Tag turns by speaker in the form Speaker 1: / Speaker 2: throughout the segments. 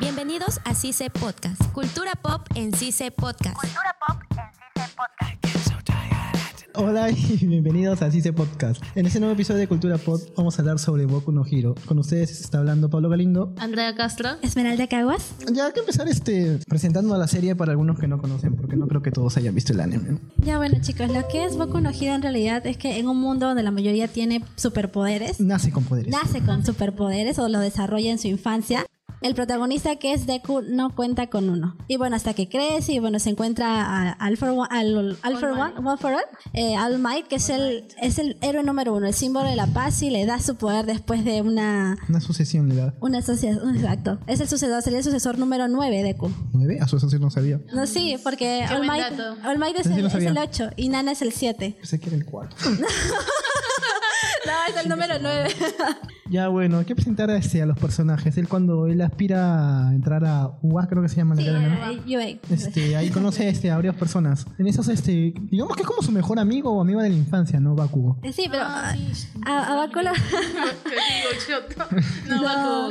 Speaker 1: Bienvenidos a CICE Podcast. Cultura Pop en CICE Podcast.
Speaker 2: Cultura Pop en CICE Podcast.
Speaker 3: Hola y bienvenidos a CICE Podcast. En este nuevo episodio de Cultura Pop vamos a hablar sobre Boku no Hero. Con ustedes está hablando Pablo Galindo.
Speaker 4: Andrea Castro.
Speaker 1: Esmeralda Caguas.
Speaker 3: Ya hay que empezar este, presentando la serie para algunos que no conocen, porque no creo que todos hayan visto el anime.
Speaker 4: Ya bueno chicos, lo que es Boku no Hero en realidad es que en un mundo donde la mayoría tiene superpoderes,
Speaker 3: Nace con poderes.
Speaker 4: nace con superpoderes o los desarrolla en su infancia. El protagonista que es Deku no cuenta con uno. Y bueno, hasta que crece y bueno, se encuentra a- al for one, al, al for one, one for all, eh, All Might, que es el, es el héroe número uno, el símbolo de la paz y le da su poder después de una...
Speaker 3: Una sucesión le da
Speaker 4: Una asociación, exacto. Es el sucesor, sería el sucesor número 9 de Deku.
Speaker 3: nueve. A su asociación no sabía.
Speaker 4: No, sí, porque
Speaker 2: Qué
Speaker 4: All
Speaker 2: buen
Speaker 4: Might,
Speaker 2: dato.
Speaker 4: All Might es,
Speaker 3: Ese sí
Speaker 4: el,
Speaker 3: lo
Speaker 4: es el
Speaker 3: sabía.
Speaker 4: 8 y Nana es el 7.
Speaker 3: Pensé que era el cuarto.
Speaker 4: No, es el número 9.
Speaker 3: ya bueno, hay que presentar a, este, a los personajes. Él cuando él aspira a entrar a UA, creo que se llama la academia, ¿no?
Speaker 4: eh,
Speaker 3: Este, ahí conoce este, a varias personas. En esos, este, digamos que es como su mejor amigo o amiga de la infancia, ¿no? Bakugo.
Speaker 4: Eh, Sí, pero a, a Bakugo lo,
Speaker 2: No,
Speaker 4: no,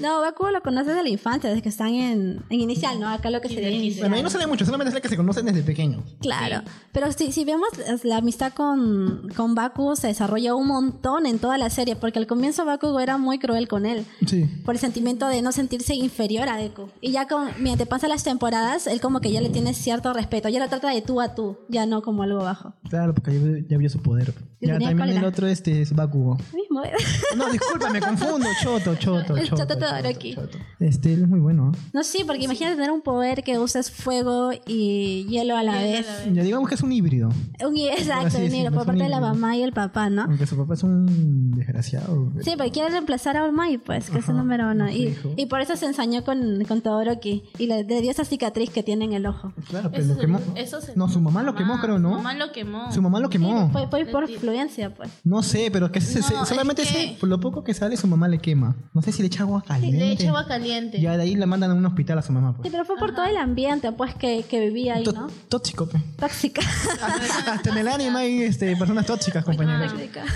Speaker 4: no, Bakugo lo conoces de la infancia, desde que están en, en inicial, ¿no? Acá lo que sería inicial.
Speaker 3: Bueno, ahí no sale mucho, solamente sale que se conocen desde pequeños.
Speaker 4: Claro, pero si, si vemos es, la amistad con, con Bakugo se desarrolló un montón en toda la serie, porque al comienzo Bakugo era muy cruel con él.
Speaker 3: Sí.
Speaker 4: por el sentimiento de no sentirse inferior a Deku. Y ya con, mientras pasan las temporadas, él como que ya le tiene cierto respeto, ya lo trata de tú a tú, ya no como algo bajo.
Speaker 3: Claro, porque ya, vio- ya vio su poder.
Speaker 4: Y
Speaker 3: Ya,
Speaker 4: tenía
Speaker 3: también el
Speaker 4: cólera.
Speaker 3: otro este es Bakugo.
Speaker 4: Lo mismo, ¿eh?
Speaker 3: No, disculpa, me confundo. Choto, choto, choto.
Speaker 4: El Choto
Speaker 3: choto,
Speaker 4: Todoroki.
Speaker 3: choto. Este, él es muy bueno. ¿eh?
Speaker 4: No, sí, porque imagínate tener un poder que uses fuego y hielo a la vez.
Speaker 3: Ya digamos que es un híbrido.
Speaker 4: Un,
Speaker 3: Ah,
Speaker 4: exacto,
Speaker 3: Así es,
Speaker 4: un hilo
Speaker 3: es
Speaker 4: por
Speaker 3: un
Speaker 4: parte de la
Speaker 3: híbrido.
Speaker 4: mamá y el papá, ¿no?
Speaker 3: Aunque su papá es un desgraciado.
Speaker 4: Sí, porque quiere reemplazar a All Might, pues, que es el
Speaker 3: Ajá,
Speaker 4: número uno. Y,
Speaker 3: fijo.
Speaker 4: y por eso se ensañó con, con Todoroki y le, le dio esa cicatriz que tiene en el ojo.
Speaker 3: Claro, pero lo quemó.
Speaker 2: Eso se-
Speaker 3: No, su mamá lo quemó, creo, ¿no?
Speaker 2: Su mamá lo quemó.
Speaker 3: Su mamá lo quemó.
Speaker 4: Fue, fue por influencia, pues.
Speaker 3: No sé, pero que se- se-
Speaker 2: No, es
Speaker 3: solamente
Speaker 2: que-
Speaker 3: sé, por lo poco que sale, su mamá le quema. No sé si le echa agua caliente.
Speaker 2: Le echa agua caliente.
Speaker 3: Ya de ahí la mandan a un hospital a su mamá.
Speaker 4: Sí,
Speaker 3: Pues.
Speaker 4: pero fue por todo el ambiente, pues, que, que vivía ahí,
Speaker 3: Tó-
Speaker 4: ¿no?
Speaker 3: Tóxico, pe.
Speaker 4: Tóxica.
Speaker 2: Ah,
Speaker 3: Hasta en el anime hay este, personas tóxicas, compañeros.
Speaker 4: Tóxica.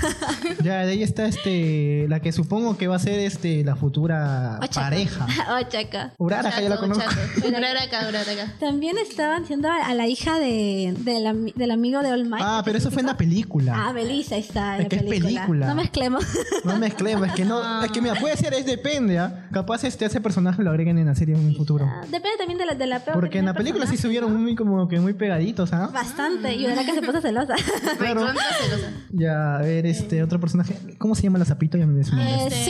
Speaker 3: Ya, de ahí está este, la que supongo que va a ser este, la futura
Speaker 4: Ochaca.
Speaker 3: pareja.
Speaker 4: Oh, Ochaca.
Speaker 3: Urara, que ya la conozco.
Speaker 2: Durar acá, durar acá.
Speaker 4: También estaban siendo a, a la hija de, del ami- del amigo de All Might.
Speaker 3: Ah, pero eso fue en la película.
Speaker 4: Ah, Belisa está en
Speaker 3: Es
Speaker 4: la
Speaker 3: que es
Speaker 4: película.
Speaker 3: película.
Speaker 4: No mezclemos.
Speaker 3: No mezclemos, es que
Speaker 2: Ah.
Speaker 3: no, es que mira, puede ser, es depende, ¿ah? Capaz este, ese personaje lo agreguen en la serie en un futuro.
Speaker 4: Ah, Depende también de la, de la
Speaker 3: Porque en la película sí subieron muy como que muy pegaditos, ¿ah?
Speaker 4: Bastante. Y ahora que se puso celosa.
Speaker 3: Claro.
Speaker 2: Recontra celosa.
Speaker 3: Ya, a ver, este, otro personaje. ¿Cómo se llama la sapito? Ya me olvidé su nombre.
Speaker 4: Eh,
Speaker 2: Este,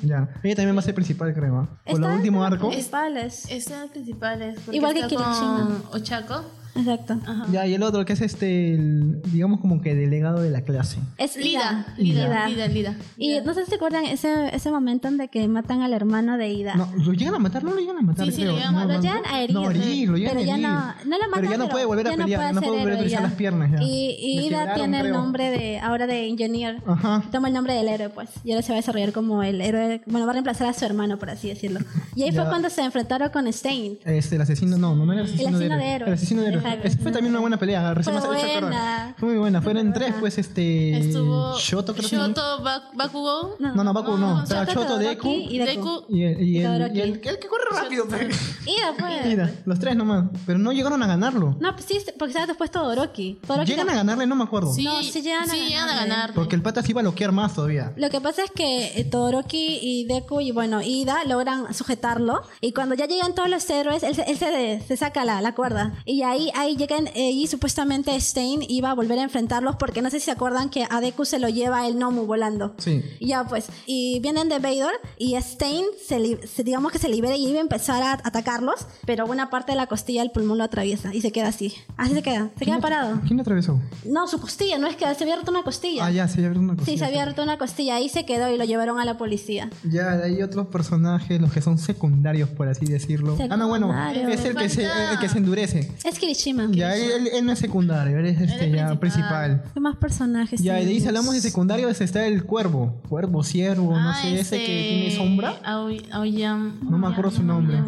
Speaker 4: sí.
Speaker 3: Ya. Ella también va a ser principal, creo, ¿ah? Por el
Speaker 4: Está
Speaker 3: último
Speaker 4: entre
Speaker 3: arco.
Speaker 4: los principales.
Speaker 2: Esa es principal es porque
Speaker 4: Igual que
Speaker 2: está
Speaker 4: Kirishima.
Speaker 2: con Ochaco.
Speaker 4: Exacto.
Speaker 3: Ya, y el otro, que es este, el, digamos como que delegado de la clase.
Speaker 4: Es
Speaker 2: Lida,
Speaker 4: Lida.
Speaker 2: Lida, Lida, Lida.
Speaker 4: Y no sé si se acuerdan ese, ese momento en de que matan al hermano de Ida.
Speaker 3: No, lo llegan a matar, no lo llegan a matar.
Speaker 2: Sí, sí,
Speaker 3: creo.
Speaker 2: lo llegan a
Speaker 3: No,
Speaker 2: matar.
Speaker 4: Lo
Speaker 3: no,
Speaker 4: llegan
Speaker 3: no.
Speaker 4: a herir.
Speaker 3: No, herir, lo llegan
Speaker 4: pero
Speaker 3: a
Speaker 4: ya
Speaker 3: herir.
Speaker 4: no, no lo matan.
Speaker 3: Pero ya no puede volver a
Speaker 4: ya
Speaker 3: pelear, no
Speaker 4: ser
Speaker 3: puede volver a
Speaker 4: héroe
Speaker 3: utilizar
Speaker 4: ya.
Speaker 3: las piernas. Ya.
Speaker 4: Y, y
Speaker 3: Le
Speaker 4: Ida
Speaker 3: quebraron,
Speaker 4: tiene el
Speaker 3: creo.
Speaker 4: nombre de ahora de Engineer.
Speaker 3: Ajá.
Speaker 4: Toma el nombre del héroe, pues. Y ahora se va a desarrollar como el héroe. Bueno, va a reemplazar a su hermano, por así decirlo. Y ahí fue
Speaker 3: Ya.
Speaker 4: cuando se enfrentaron con Stein.
Speaker 3: Este, el asesino, no, no era el asesino,
Speaker 4: asesino
Speaker 3: de héroe.
Speaker 4: de héroe.
Speaker 3: El asesino de héroe.
Speaker 4: Exacto.
Speaker 3: Esa fue también una buena pelea. Recién
Speaker 4: Fue
Speaker 3: me has hecho acordar.
Speaker 4: buena.
Speaker 3: Fue muy buena. Fueron tres, pues, este.
Speaker 2: Estuvo
Speaker 3: Shoto, creo que
Speaker 2: Shoto, Bak- Bakugo.
Speaker 3: No, no, Baku no. Estaba
Speaker 4: Shoto,
Speaker 3: Shoto, Deku.
Speaker 4: Todoroki
Speaker 3: Y
Speaker 4: y Deku.
Speaker 3: el, y el,
Speaker 4: Todoroki.
Speaker 3: y el, el que corre rápido. pe.
Speaker 4: Ida, pues.
Speaker 3: Mira, los tres nomás. Pero no llegaron a ganarlo.
Speaker 4: No, pues sí, porque sabes después Todoroki. Todoroki
Speaker 3: Llegan a
Speaker 4: tam-
Speaker 3: ganarle, no me acuerdo.
Speaker 2: Sí,
Speaker 4: No, sí llegan a
Speaker 2: sí llegan a
Speaker 4: ganarle.
Speaker 2: ganar.
Speaker 3: Porque el pata se iba a bloquear más todavía.
Speaker 4: Lo que pasa es que eh, Todoroki y Deku y bueno, Ida logran sujetarlo y cuando ya llegan todos los héroes, él, se- él se, de- se saca la, la cuerda y ahí, ahí llegan eh, y supuestamente Stein iba a volver a enfrentarlos porque no sé si se acuerdan que a Deku se lo lleva el Nomu volando.
Speaker 3: Sí.
Speaker 4: Ya pues, y vienen de Vader y Stein se, li- se- digamos que se libera y iba a empezar a atacarlos, pero una parte de la costilla del pulmón lo atraviesa y se queda así. Así se queda, se queda parado.
Speaker 3: ¿Quién atravesó?
Speaker 4: No, su costilla, no es que se había roto una costilla.
Speaker 3: Ah, ya, se había abierto una
Speaker 4: Sí, se
Speaker 3: cosilla.
Speaker 4: había roto una costilla ahí se quedó y lo llevaron a la policía.
Speaker 3: Ya, hay otros personajes, los que son secundarios, por así decirlo. Ah, no, bueno,
Speaker 4: Secundarios.
Speaker 3: es el que, se, el que se endurece.
Speaker 4: Es Kirishima.
Speaker 3: Ya, él, él- él no es secundario, él es este, ya principal.
Speaker 4: ¿Qué más personajes?
Speaker 3: Ya, y de ahí si
Speaker 4: tenemos?
Speaker 3: hablamos de secundarios, está el cuervo. Cuervo, ciervo, no
Speaker 2: Ah,
Speaker 3: sé, ese que
Speaker 2: este,
Speaker 3: tiene sombra.
Speaker 2: Aoy- Aoyam.
Speaker 3: No me acuerdo su nombre.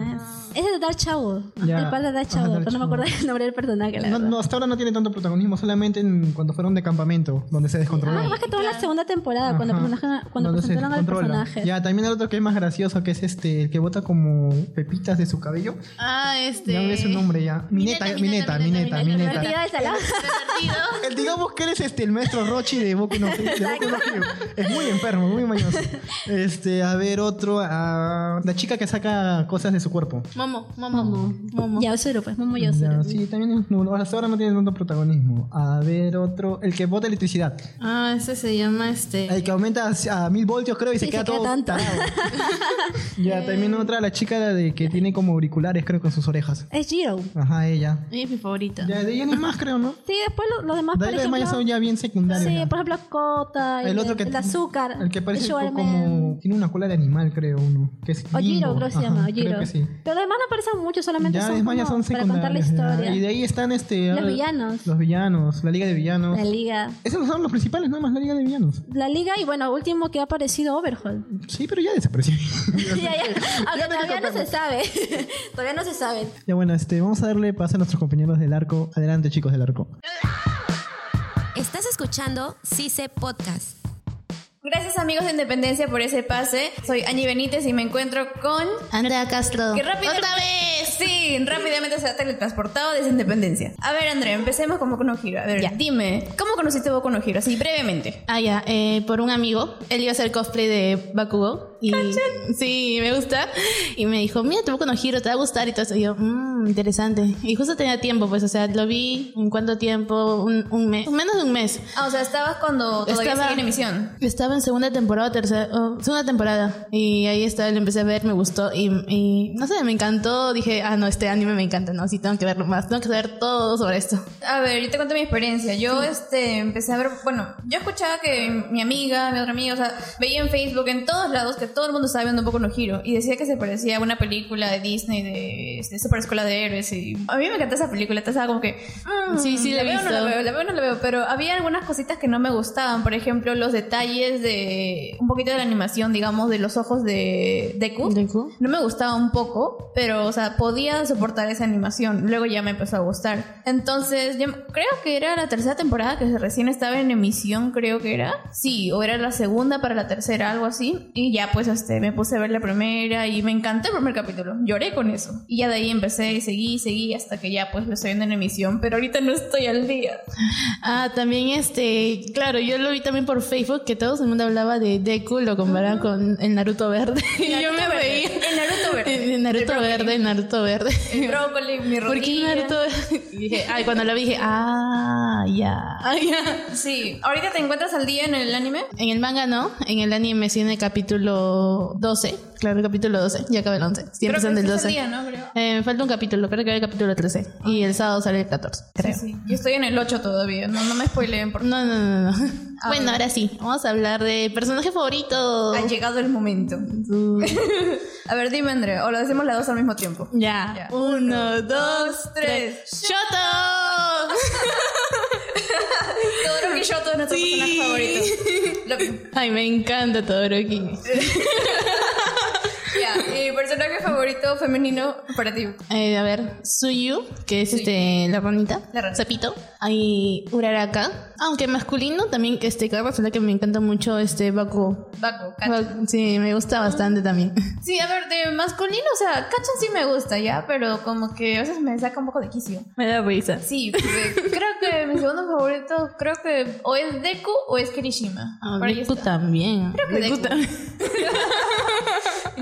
Speaker 4: Ese de Dark Chavo.
Speaker 3: Ya.
Speaker 4: El par de Dark
Speaker 3: Ajá,
Speaker 4: Chavo.
Speaker 3: Dark
Speaker 4: pero no me
Speaker 3: Chavo.
Speaker 4: acuerdo el nombre del personaje, la
Speaker 3: No,
Speaker 4: verdad.
Speaker 3: no, hasta ahora no tiene tanto protagonismo, solamente en cuando fueron de campamento, donde se descontroló.
Speaker 4: Ah, más que todo en la segunda temporada, Ah, cuando,
Speaker 3: Ajá.
Speaker 4: personaje- cuando
Speaker 3: Donde se
Speaker 4: presentaron al
Speaker 3: descontrola.
Speaker 4: personaje.
Speaker 3: Ya, también el otro que es más gracioso, que es este, el que bota como pepitas de su cabello.
Speaker 2: Ah, este.
Speaker 3: Ya olvidé su nombre ya. Mineta, Mineta, Mineta, Mineta.
Speaker 4: Perdido de salón.
Speaker 2: Pervertido.
Speaker 3: El- Digamos que eres este, el maestro Rochi de Boku no, de Boku no Hero. Es muy enfermo, muy mañoso. Este, a ver, otro. ah, la chica que saca cosas de su cuerpo.
Speaker 2: Momo, Momo, Momo.
Speaker 4: Yausuru, pues Momo Yausuru.
Speaker 3: Ya, sí, también es- no, hasta ahora no tiene tanto protagonismo. A ver, otro. El que bota electricidad.
Speaker 2: Ah, ese se llama este.
Speaker 3: El que aumenta a, a mil voltios, creo, y se
Speaker 4: Eh. Sí,
Speaker 3: queda
Speaker 4: se queda Eh.
Speaker 3: todo
Speaker 4: tonto.
Speaker 3: tarado. ya, también otra, la chica de que tiene como auriculares, creo, con sus orejas.
Speaker 4: Es Jiro.
Speaker 3: Ajá, ella.
Speaker 2: Ella es mi favorita.
Speaker 3: Ya, de ella ni más, creo, ¿no?
Speaker 4: Sí, después lo- los demás,
Speaker 3: De ahí
Speaker 4: Ah, por
Speaker 3: los demás ya
Speaker 4: ejemplo.
Speaker 3: son ya bien secundarios.
Speaker 4: Sí,
Speaker 3: ya.
Speaker 4: por ejemplo, Cota, el,
Speaker 3: El otro que-
Speaker 4: el azúcar,
Speaker 3: El que parece
Speaker 4: Sugar
Speaker 3: como...
Speaker 4: Man.
Speaker 3: Tiene una cola de animal, creo, uno. Que es
Speaker 4: Ojiro,
Speaker 3: gringo.
Speaker 4: creo que se
Speaker 3: Ajá,
Speaker 4: llama,
Speaker 3: Creo
Speaker 4: Ojiro.
Speaker 3: que sí.
Speaker 4: Pero además no aparecen mucho, solamente
Speaker 3: Ya,
Speaker 4: son,
Speaker 3: además ya
Speaker 4: como
Speaker 3: son
Speaker 4: para contar la
Speaker 3: secundarios. ya.
Speaker 4: historia.
Speaker 3: Y de ahí están este...
Speaker 4: Los
Speaker 3: ah,
Speaker 4: villanos.
Speaker 3: Los villanos, la liga de villanos.
Speaker 4: La liga.
Speaker 3: Esos son los principales, nada más, la liga de villanos.
Speaker 4: La liga y bueno, último que ha aparecido Overhaul.
Speaker 3: Sí, pero ya desapareció.
Speaker 4: ya, ya. Aunque
Speaker 3: Ya me
Speaker 4: todavía no
Speaker 3: tocó.
Speaker 4: se sabe. todavía no se sabe.
Speaker 3: ya bueno, este, vamos a darle paso a nuestros compañeros del arco. Adelante, chicos del arco.
Speaker 1: Estás escuchando CICE Podcast.
Speaker 5: Gracias amigos de Independencia por ese pase. Soy Angie Benítez y me encuentro con...
Speaker 2: Andrea Castro.
Speaker 5: Que rápido...
Speaker 2: ¡Otra vez!
Speaker 5: Sí, rápidamente se ha teletransportado desde Independencia. A ver, Andrea, empecemos con Boku no Hero. A ver,
Speaker 2: Ya.
Speaker 5: dime, ¿cómo conociste Boku no Hero? Así, brevemente.
Speaker 2: Ah, ya, eh, por un amigo. Él iba a hacer cosplay de Bakugo. Y, sí, me gusta. Y me dijo, mira, te voy con giro, te va a gustar. Y todo eso. Y yo, mmm, interesante. Y justo tenía tiempo, pues, o sea, lo vi en cuánto tiempo, un, un mes, menos de un mes.
Speaker 5: Ah, o sea, estabas cuando todavía
Speaker 2: Estaba-
Speaker 5: seguía en emisión.
Speaker 2: Estaba en segunda temporada, tercera, oh, segunda temporada. Y ahí estaba, lo empecé a ver, me gustó. Y, y, no sé, me encantó. Dije, ah, no, este anime me encanta, no, sí, tengo que verlo más, tengo que saber todo sobre esto.
Speaker 5: A ver, yo te cuento mi experiencia. Yo este, empecé a ver, bueno, yo escuchaba que mi amiga, mi otra amiga, o sea, veía en Facebook, en todos lados, que todo el mundo estaba viendo un poco no giro y decía que se parecía a una película de Disney, de, este, Super Escuela de Héroes. Y a mí me encanta esa película, te estaba como que. mm,
Speaker 2: Sí, sí, la he
Speaker 5: veo, no la
Speaker 2: visto.
Speaker 5: veo, la veo, no la veo, pero había algunas cositas que no me gustaban. Por ejemplo, los detalles de. un poquito de la animación, digamos, de los ojos de Deku.
Speaker 2: Deku.
Speaker 5: No me gustaba un poco, pero, o sea, podía soportar esa animación. Luego ya me empezó a gustar. Entonces, yo creo que era la tercera temporada que recién estaba en emisión, creo que era. Sí, o era la segunda para la tercera, algo así. Y ya, pues, este, me puse a ver la primera y me encantó el primer capítulo. Lloré con eso. Y ya de ahí empecé y seguí, seguí hasta que ya, pues, lo estoy viendo en emisión. Pero ahorita no estoy al día.
Speaker 2: Ah, también este, claro, yo lo vi también por Facebook que todo el mundo hablaba de Deku, lo comparaban con el Naruto verde. Y yo me
Speaker 5: Naruto
Speaker 2: reí.
Speaker 5: verde,
Speaker 2: El
Speaker 5: El Naruto verde.
Speaker 2: Naruto
Speaker 5: brócoli.
Speaker 2: verde, el Naruto verde.
Speaker 5: El brócoli, mi rodilla.
Speaker 2: ¿Por qué Naruto? Y dije, ay, cuando lo vi dije, ah, ya. Ah, ya.
Speaker 5: Sí. ¿Ahorita te encuentras al día en el anime?
Speaker 2: En el manga no, en el anime sí en el capítulo 12. Claro, el capítulo 12, ya acabé el 11. Siempre son
Speaker 5: Creo que
Speaker 2: del
Speaker 5: sí es al
Speaker 2: 12.
Speaker 5: día, ¿no? Creo.
Speaker 2: Eh, me falta un capítulo, creo que era el capítulo 13. Y el sábado sale el 14, creo.
Speaker 5: Sí, sí. Yo estoy en el 8 todavía, no, no me spoileen porque
Speaker 2: No, no, no, no.
Speaker 5: A
Speaker 2: bueno,
Speaker 5: ver.
Speaker 2: ahora sí, vamos a hablar de personaje favorito. Mm,
Speaker 5: ha llegado el momento. A ver, dime, André, o lo decimos las dos al mismo tiempo.
Speaker 2: Ya.
Speaker 5: Ya.
Speaker 2: Uno, dos,
Speaker 5: Dos, tres.
Speaker 2: ¡Shoto!
Speaker 5: Todoroki Shoto es nuestro
Speaker 2: Sí.
Speaker 5: personaje favorito. Lo-
Speaker 2: Ay, me encanta Todoroki.
Speaker 5: ya, ¿y personaje favorito femenino para ti?
Speaker 2: Eh, a ver, Suyu, que es este la ranita,
Speaker 5: La ranita.
Speaker 2: sapito. Hay Uraraka, aunque masculino también este cabe resaltar que me encanta mucho este Baku.
Speaker 5: Baco, Kachan.
Speaker 2: Sí, me gusta bastante también.
Speaker 5: Sí, a ver, de masculino, o sea, Kachan sí me gusta ya, pero como que a veces me saca un poco de quicio.
Speaker 2: Me da risa.
Speaker 5: Sí, porque creo que mi segundo favorito, creo que o es Deku o es Kirishima. Por ahí
Speaker 2: Ah, Deku
Speaker 5: está.
Speaker 2: también.
Speaker 5: Creo que
Speaker 2: Deku
Speaker 5: Deku.
Speaker 2: también.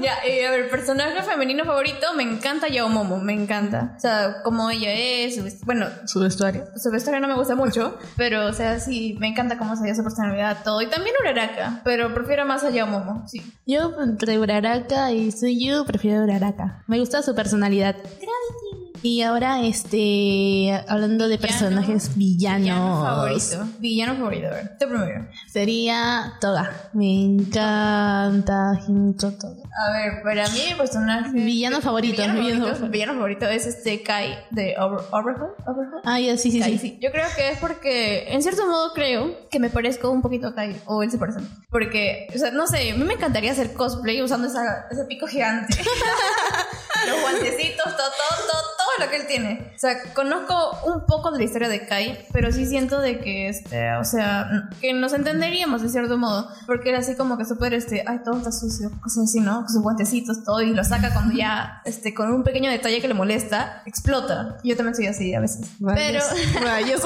Speaker 5: Ya, eh, a ver, personaje femenino favorito, me encanta Yao Momo, me encanta. O sea, como ella es, su vest- bueno,
Speaker 2: Su vestuario.
Speaker 5: su vestuario no me gusta mucho, pero o sea, sí, me encanta cómo se ve su personalidad, todo. Y también Uraraka, pero prefiero más a Yao Momo, sí.
Speaker 2: Yo entre Uraraka y Suyu prefiero Uraraka. Me gusta su personalidad. Y ahora, este, hablando de personajes
Speaker 5: Villano
Speaker 2: villanos,
Speaker 5: favorito. Villano favorito, a ver. Tú primero.
Speaker 2: sería Toga. Me encanta Hinto Toga.
Speaker 5: A ver, para mí mi personaje.
Speaker 2: Villano favorito,
Speaker 5: Villano
Speaker 2: villano
Speaker 5: favorito,
Speaker 2: favorito.
Speaker 5: villano favorito es este Kai de Over- Overhaul. Overhaul.
Speaker 2: Ah, ya, sí, sí,
Speaker 5: Kai,
Speaker 2: sí.
Speaker 5: sí. Yo creo que es porque, en cierto modo, creo que me parezco un poquito a Kai o él se parece. a mí. Porque, o sea, no sé, a mí me encantaría hacer cosplay usando esa, ese pico gigante. Los guantecitos, todo, todo, todo, todo lo que él tiene. O sea, conozco un poco de la historia de Kai, pero sí siento de que, este, o sea, que nos entenderíamos en cierto modo. Porque era así como que súper, este, ay, todo está sucio, cosas así, ¿no? Con sus guantecitos, todo, y lo saca cuando ya, este, con un pequeño detalle que le molesta, explota. Yo también soy así a veces. Pero.
Speaker 2: Rayos.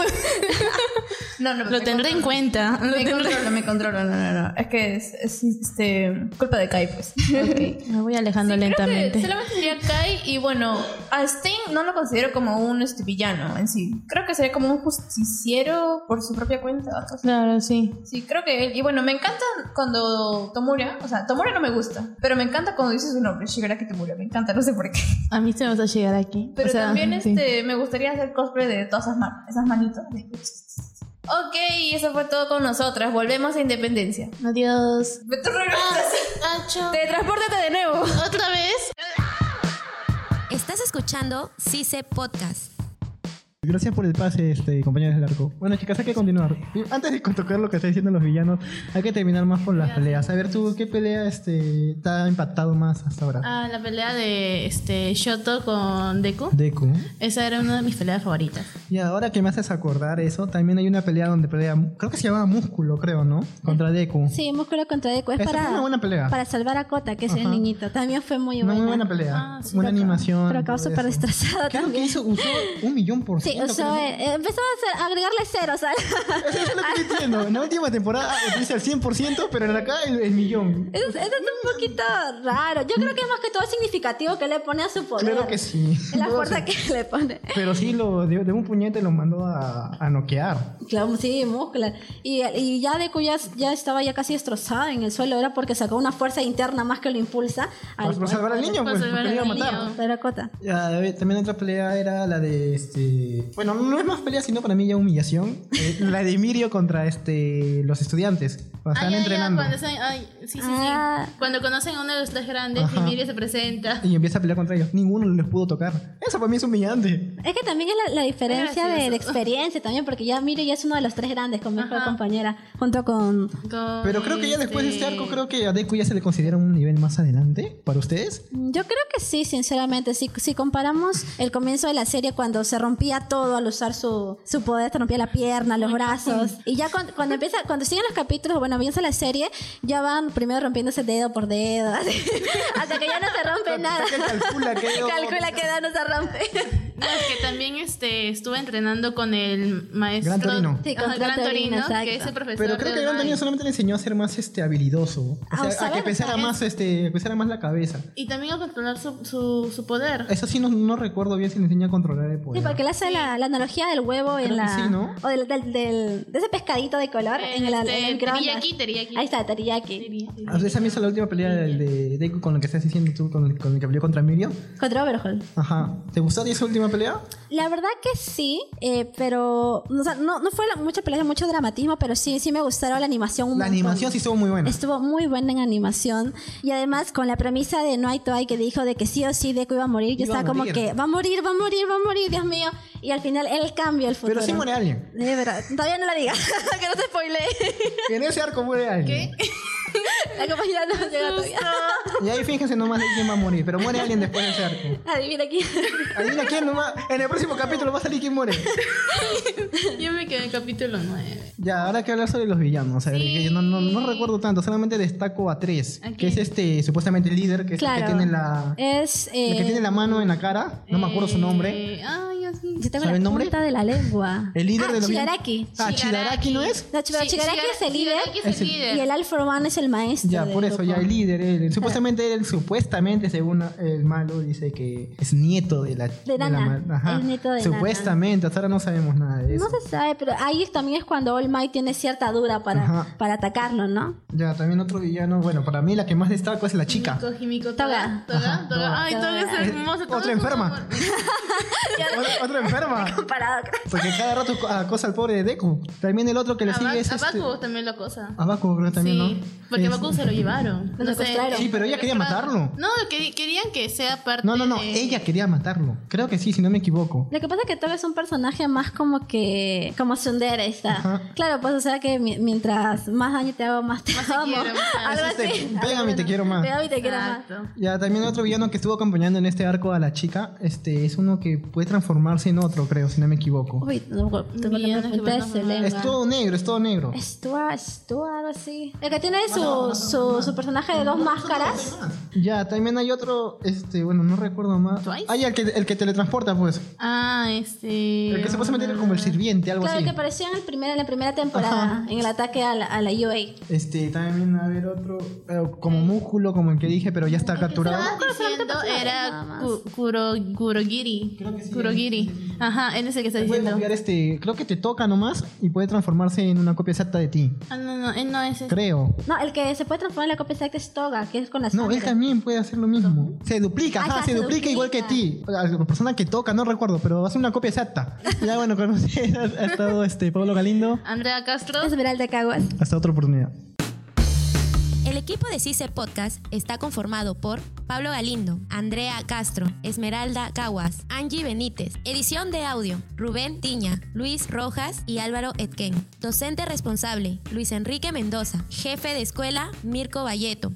Speaker 5: No, no,
Speaker 2: Lo
Speaker 5: me
Speaker 2: tendré en
Speaker 5: controlo.
Speaker 2: cuenta. Lo
Speaker 5: Me
Speaker 2: tendré.
Speaker 5: controlo, me controlo, no, no, no. Es que es, es, este, culpa de Kai, pues.
Speaker 2: Ok, me voy alejando
Speaker 5: Sí, creo que
Speaker 2: lentamente.
Speaker 5: solamente sería Kai y bueno, a Sting no lo considero como un este, villano en sí. Creo que sería como un justiciero por su propia cuenta. algo así.
Speaker 2: Claro, sí.
Speaker 5: Sí, creo que él. Y bueno, me encanta cuando Tomura, o sea, Tomura no me gusta, pero me encanta cuando dice su nombre, Shigaraki Tomura, me encanta, no sé por qué.
Speaker 2: A mí se me va a llegar aquí.
Speaker 5: Pero
Speaker 2: O sea,
Speaker 5: también
Speaker 2: sí.
Speaker 5: este, me gustaría hacer cosplay de todas esas, man- esas manitos. Ok, y eso fue todo con nosotras. Volvemos a Independencia.
Speaker 2: Adiós.
Speaker 5: Tú regresas. Teletranspórtate de nuevo.
Speaker 2: ¿Otra vez?
Speaker 1: Estás escuchando CICE Podcast.
Speaker 3: Gracias por el pase, este, compañeros del arco. Bueno, chicas, hay que continuar. Antes de tocar lo que están diciendo los villanos, hay que terminar más con las peleas. A ver, tú, ¿qué pelea este, te ha impactado más hasta ahora?
Speaker 2: Ah, la pelea de este Shoto con Deku.
Speaker 3: Deku.
Speaker 2: Esa era una de mis peleas favoritas.
Speaker 3: Y ahora que me haces acordar eso, también hay una pelea donde pelea, creo que se llamaba Músculo, creo, ¿no? Contra Deku.
Speaker 4: Sí, músculo contra Deku. Es
Speaker 3: Esa
Speaker 4: para,
Speaker 3: fue una buena pelea.
Speaker 4: para salvar a Kota, que es el
Speaker 3: Ajá.
Speaker 4: niñito. También fue muy
Speaker 3: Una
Speaker 4: buena.
Speaker 3: muy buena pelea.
Speaker 2: Ah, sí,
Speaker 3: buena
Speaker 2: pero-
Speaker 3: animación.
Speaker 4: Pero acabó
Speaker 3: todo
Speaker 4: súper
Speaker 3: eso.
Speaker 2: Ah,
Speaker 4: destrozada
Speaker 3: Creo que
Speaker 4: también.
Speaker 3: hizo, usó un millón por
Speaker 4: Sí,
Speaker 3: ciento.
Speaker 4: usó,
Speaker 3: creo, ¿no?
Speaker 4: eh, empezó a, hacer- agregarle ceros al-
Speaker 3: Eso es lo que no entiendo. En la última temporada utiliza el 100%, pero en acá el, el millón.
Speaker 4: Eso, es- eso es un poquito raro. Yo creo que más que todo es significativo que le pone a su poder.
Speaker 3: Claro que sí.
Speaker 4: Es La fuerza que le pone.
Speaker 3: Pero sí, lo, de, de un puñete lo mandó a, a noquear.
Speaker 4: Claro, sí, músculo. Y, y ya Deku ya, ya estaba ya casi destrozada en el suelo. Era porque sacó una fuerza interna más que lo impulsa.
Speaker 3: Para para salvar al niño,
Speaker 2: Para
Speaker 3: pues,
Speaker 2: salvar
Speaker 3: porque lo iba a
Speaker 2: al
Speaker 3: matar.
Speaker 2: niño.
Speaker 4: Pero a Kota.
Speaker 3: Ya, a ver, también otra pelea era la de este. Bueno, no es más pelea, sino para mí ya humillación. Eh, la de Mirio contra este los estudiantes. Cuando estaban
Speaker 2: Ay, ay, ay,
Speaker 3: entrenando.
Speaker 2: cuando están- ay, sí, sí, sí.
Speaker 4: Ah.
Speaker 2: Cuando conocen a uno de los tres grandes
Speaker 3: Ajá.
Speaker 2: y Mirio se presenta.
Speaker 3: Y empieza a pelear contra ellos. Ninguno los pudo tocar. Eso para mí es humillante.
Speaker 4: Es que también es la, la diferencia
Speaker 2: Era
Speaker 4: de,
Speaker 2: gracioso.
Speaker 4: de experiencia también, porque ya Miri ya es uno de los tres grandes, como dijo la
Speaker 2: Ajá.
Speaker 4: compañera, junto con...
Speaker 2: con
Speaker 3: Pero creo que ya después de este
Speaker 2: este-
Speaker 3: arco, creo que a Deku ya se le considera un nivel más adelante para ustedes.
Speaker 4: Mm, Yo creo que sí, sinceramente, si, si comparamos el comienzo de la serie cuando se rompía todo al usar su, su poder, se rompía la pierna, los brazos, y ya cuando, cuando empieza, cuando siguen los capítulos, bueno, comienza la serie, ya van primero rompiéndose dedo por dedo, así, hasta que ya no se rompe nada.
Speaker 3: Que calcula que yo-
Speaker 4: Calcula que dedo no se rompe.
Speaker 2: No, es que también este, estuve entrenando con el maestro.
Speaker 3: Gran Torino.
Speaker 4: Sí, con
Speaker 2: Ajá,
Speaker 4: Gran
Speaker 2: Gran
Speaker 4: Torino,
Speaker 2: Torino,
Speaker 4: exacto.
Speaker 2: que es el
Speaker 4: pues,
Speaker 2: profesor.
Speaker 3: Pero creo
Speaker 2: de
Speaker 3: que Gran
Speaker 2: Udai.
Speaker 3: Torino solamente le enseñó a ser más este habilidoso.
Speaker 4: A
Speaker 3: O sea, a,
Speaker 4: usar
Speaker 3: que
Speaker 4: el-
Speaker 3: pesara más este, a pesara más la cabeza.
Speaker 2: Y también a controlar su, su, su poder.
Speaker 3: Eso sí no, no recuerdo bien si le enseñó a controlar el poder.
Speaker 4: Sí, porque le hace la, la analogía del huevo
Speaker 3: Creo que
Speaker 4: en la.
Speaker 3: sí, ¿no?
Speaker 4: O del, del- del- de ese pescadito de color
Speaker 2: Eh,
Speaker 4: en, la,
Speaker 2: este,
Speaker 4: en el microondas.
Speaker 2: teriyaki, teriyaki.
Speaker 4: Ahí está, teriyaki.
Speaker 2: Diría, diría.
Speaker 3: A veces a mí Ah, esa es la última pelea del de Deku con lo que estás diciendo tú, con el, con el que peleó contra Mirio.
Speaker 4: Contra Overhaul.
Speaker 3: Ajá. ¿Te gustó esa última pelea?
Speaker 4: La verdad que sí, eh, pero. o sea, no, no fue la- mucha pelea, mucho dramatismo, pero sí, sí me gustaron la animación. un
Speaker 3: La
Speaker 4: montón.
Speaker 3: animación sí estuvo muy buena.
Speaker 4: Estuvo muy buena en animación. Y además, con la premisa de No hay Toy que dijo de que sí o sí Deku iba a morir, yo
Speaker 3: Iba a
Speaker 4: estaba como
Speaker 3: morir.
Speaker 4: que va a morir, va a morir, va a morir, Dios mío. Y al final él cambia el futuro.
Speaker 3: Pero sí muere alguien.
Speaker 4: De verdad, todavía no la diga, que no te spoile.
Speaker 3: En ese arco muere alguien.
Speaker 4: La compañera no llega todavía.
Speaker 3: Y ahí fíjense nomás de quién va a morir. Pero muere alguien después de ese arco.
Speaker 4: Adivina quién.
Speaker 3: Adivina quién nomás. En el próximo capítulo va a salir quién muere.
Speaker 2: Yo me quedé en el capítulo 9.
Speaker 3: Ya, ahora hay que hablar sobre los villanos. A ver, que yo no, no- no recuerdo tanto, solamente destaco a tres.
Speaker 2: ¿A
Speaker 3: Que es
Speaker 2: quién?
Speaker 3: este, supuestamente el líder, que es el
Speaker 4: Claro.
Speaker 3: que tiene la,
Speaker 4: Es.
Speaker 3: el que
Speaker 4: eh,
Speaker 3: tiene la mano en la cara. No me acuerdo su nombre.
Speaker 2: Eh, Ay, ay,
Speaker 5: así.
Speaker 4: Yo tengo
Speaker 3: ¿Sabe
Speaker 4: la
Speaker 3: el nombre?
Speaker 4: punta de la lengua.
Speaker 3: El líder
Speaker 4: ah,
Speaker 3: de los-
Speaker 4: Shigaraki.
Speaker 3: Ah, Chidaraki no es.
Speaker 4: No, pero
Speaker 5: Sí,
Speaker 4: Shigaraki
Speaker 5: Shigara-
Speaker 4: es el líder.
Speaker 5: Shigaraki es el líder.
Speaker 4: Y el Alpha One es el maestro.
Speaker 3: Ya,
Speaker 4: del
Speaker 3: por eso,
Speaker 4: grupo.
Speaker 3: ya el líder, él, supuestamente él, supuestamente, según el malo, dice que es nieto de la...
Speaker 4: De Nana.
Speaker 3: ma-
Speaker 4: Es nieto de
Speaker 3: Supuestamente, hasta ahora no sabemos nada de eso.
Speaker 4: No se sabe, pero ahí también es cuando All Might tiene cierta dura para,
Speaker 3: Ajá.
Speaker 4: para atacarlo, ¿no?
Speaker 3: Ya, también otro villano, bueno, para mí la que más destaco es la chica.
Speaker 2: Himiko, Himiko,
Speaker 4: Toga.
Speaker 2: Toga, Toga,
Speaker 3: Ajá,
Speaker 2: Toga.
Speaker 3: Toga.
Speaker 2: Ay, Toga es hermosa. Toga
Speaker 3: Otra
Speaker 2: es un
Speaker 3: enferma.
Speaker 2: amor.
Speaker 3: Otra- Otra enferma.
Speaker 4: Comparado.
Speaker 3: Porque cada rato acosa al pobre de Deku. También el otro que le
Speaker 2: A, Ba-
Speaker 3: sigue es
Speaker 2: a
Speaker 3: este...
Speaker 2: Bakugo también lo acosa.
Speaker 3: A Bakugo, creo también,
Speaker 2: sí,
Speaker 3: ¿no?
Speaker 2: porque
Speaker 3: Es-
Speaker 2: Bakugo se lo llevaron.
Speaker 4: Lo
Speaker 2: No sé.
Speaker 4: secuestraron.
Speaker 3: Sí, pero ella quería matarlo.
Speaker 2: No, que- querían que sea parte
Speaker 3: No, no, no,
Speaker 2: de-
Speaker 3: ella quería matarlo. Creo que sí, si no me equivoco.
Speaker 4: Lo que pasa es que Toga es un personaje más como que. como Sundere está.
Speaker 3: Ajá.
Speaker 4: Claro, pues o sea que mi- mientras más daño te hago, más te
Speaker 2: Más te
Speaker 4: amo.
Speaker 2: quiero, más.
Speaker 4: Algo
Speaker 3: Es este,
Speaker 4: así.
Speaker 3: pégame, te quiero más.
Speaker 4: Pégame, te quiero más.
Speaker 2: Exacto.
Speaker 3: Ya, también otro villano que estuvo acompañando en este arco a la chica, este, es uno que puede transformarse en otro, creo, si no me equivoco.
Speaker 4: Uy, tengo tengo
Speaker 2: Bien,
Speaker 4: la
Speaker 2: es que
Speaker 4: punta de
Speaker 2: bueno,
Speaker 4: su
Speaker 2: no.
Speaker 4: lengua.
Speaker 3: Es todo negro, es todo negro.
Speaker 4: Estua, Estua, algo así. El que tiene su, su, su personaje de dos máscaras.
Speaker 3: Ya, también hay otro, este, bueno, no recuerdo más.
Speaker 2: Twice.
Speaker 3: Ah, ya, el que, el que teletransporta, pues.
Speaker 2: Ah, este.
Speaker 3: El que supuestamente era como el sirviente, algo
Speaker 4: Claro,
Speaker 3: así.
Speaker 4: que apareció en, el primer, en la primera temporada,
Speaker 3: Ajá.
Speaker 4: en el ataque a la, a la UA.
Speaker 3: Este, también a ver otro, eh, como músculo, como el que dije, pero ya está capturado.
Speaker 2: Estaba diciendo
Speaker 4: nada
Speaker 2: era
Speaker 4: más.
Speaker 2: Ku- Kuro, Kurogiri.
Speaker 3: Creo que sí,
Speaker 2: Kurogiri. Ajá, él es el que está
Speaker 3: Puede
Speaker 2: diciendo.
Speaker 3: copiar este, creo que te toca nomás y puede transformarse en una copia exacta de ti.
Speaker 2: Ah, no, no, él no es ese.
Speaker 3: Creo.
Speaker 4: No, el que se puede transformar en la copia exacta es Toga, que es con la
Speaker 3: No,
Speaker 4: sangre.
Speaker 3: él también puede hacer lo mismo. Se duplica,
Speaker 4: Ah,
Speaker 3: ajá,
Speaker 4: ya,
Speaker 3: se
Speaker 4: se
Speaker 3: duplica igual que
Speaker 4: duplica.
Speaker 3: ti. A La persona que toca, no recuerdo, pero hace una copia exacta. Ya bueno, con ustedes ha ha estado este Pablo Galindo.
Speaker 2: Andrea Castro.
Speaker 4: Esmeralda Caguas.
Speaker 3: Hasta otra oportunidad.
Speaker 1: El equipo de CICE Podcast está conformado por Pablo Galindo, Andrea Castro, Esmeralda Caguas, Angie Benítez, edición de audio, Rubén Tiña, Luis Rojas y Álvaro Etquén, docente responsable, Luis Enrique Mendoza, jefe de escuela, Mirko Valleto.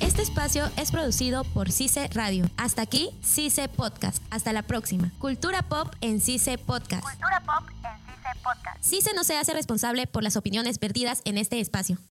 Speaker 1: Este espacio es producido por CICE Radio. Hasta aquí, CICE Podcast. Hasta la próxima. Cultura Pop en CICE Podcast. Cultura Pop en CICE Podcast. CICE no se hace responsable por las opiniones perdidas en este espacio.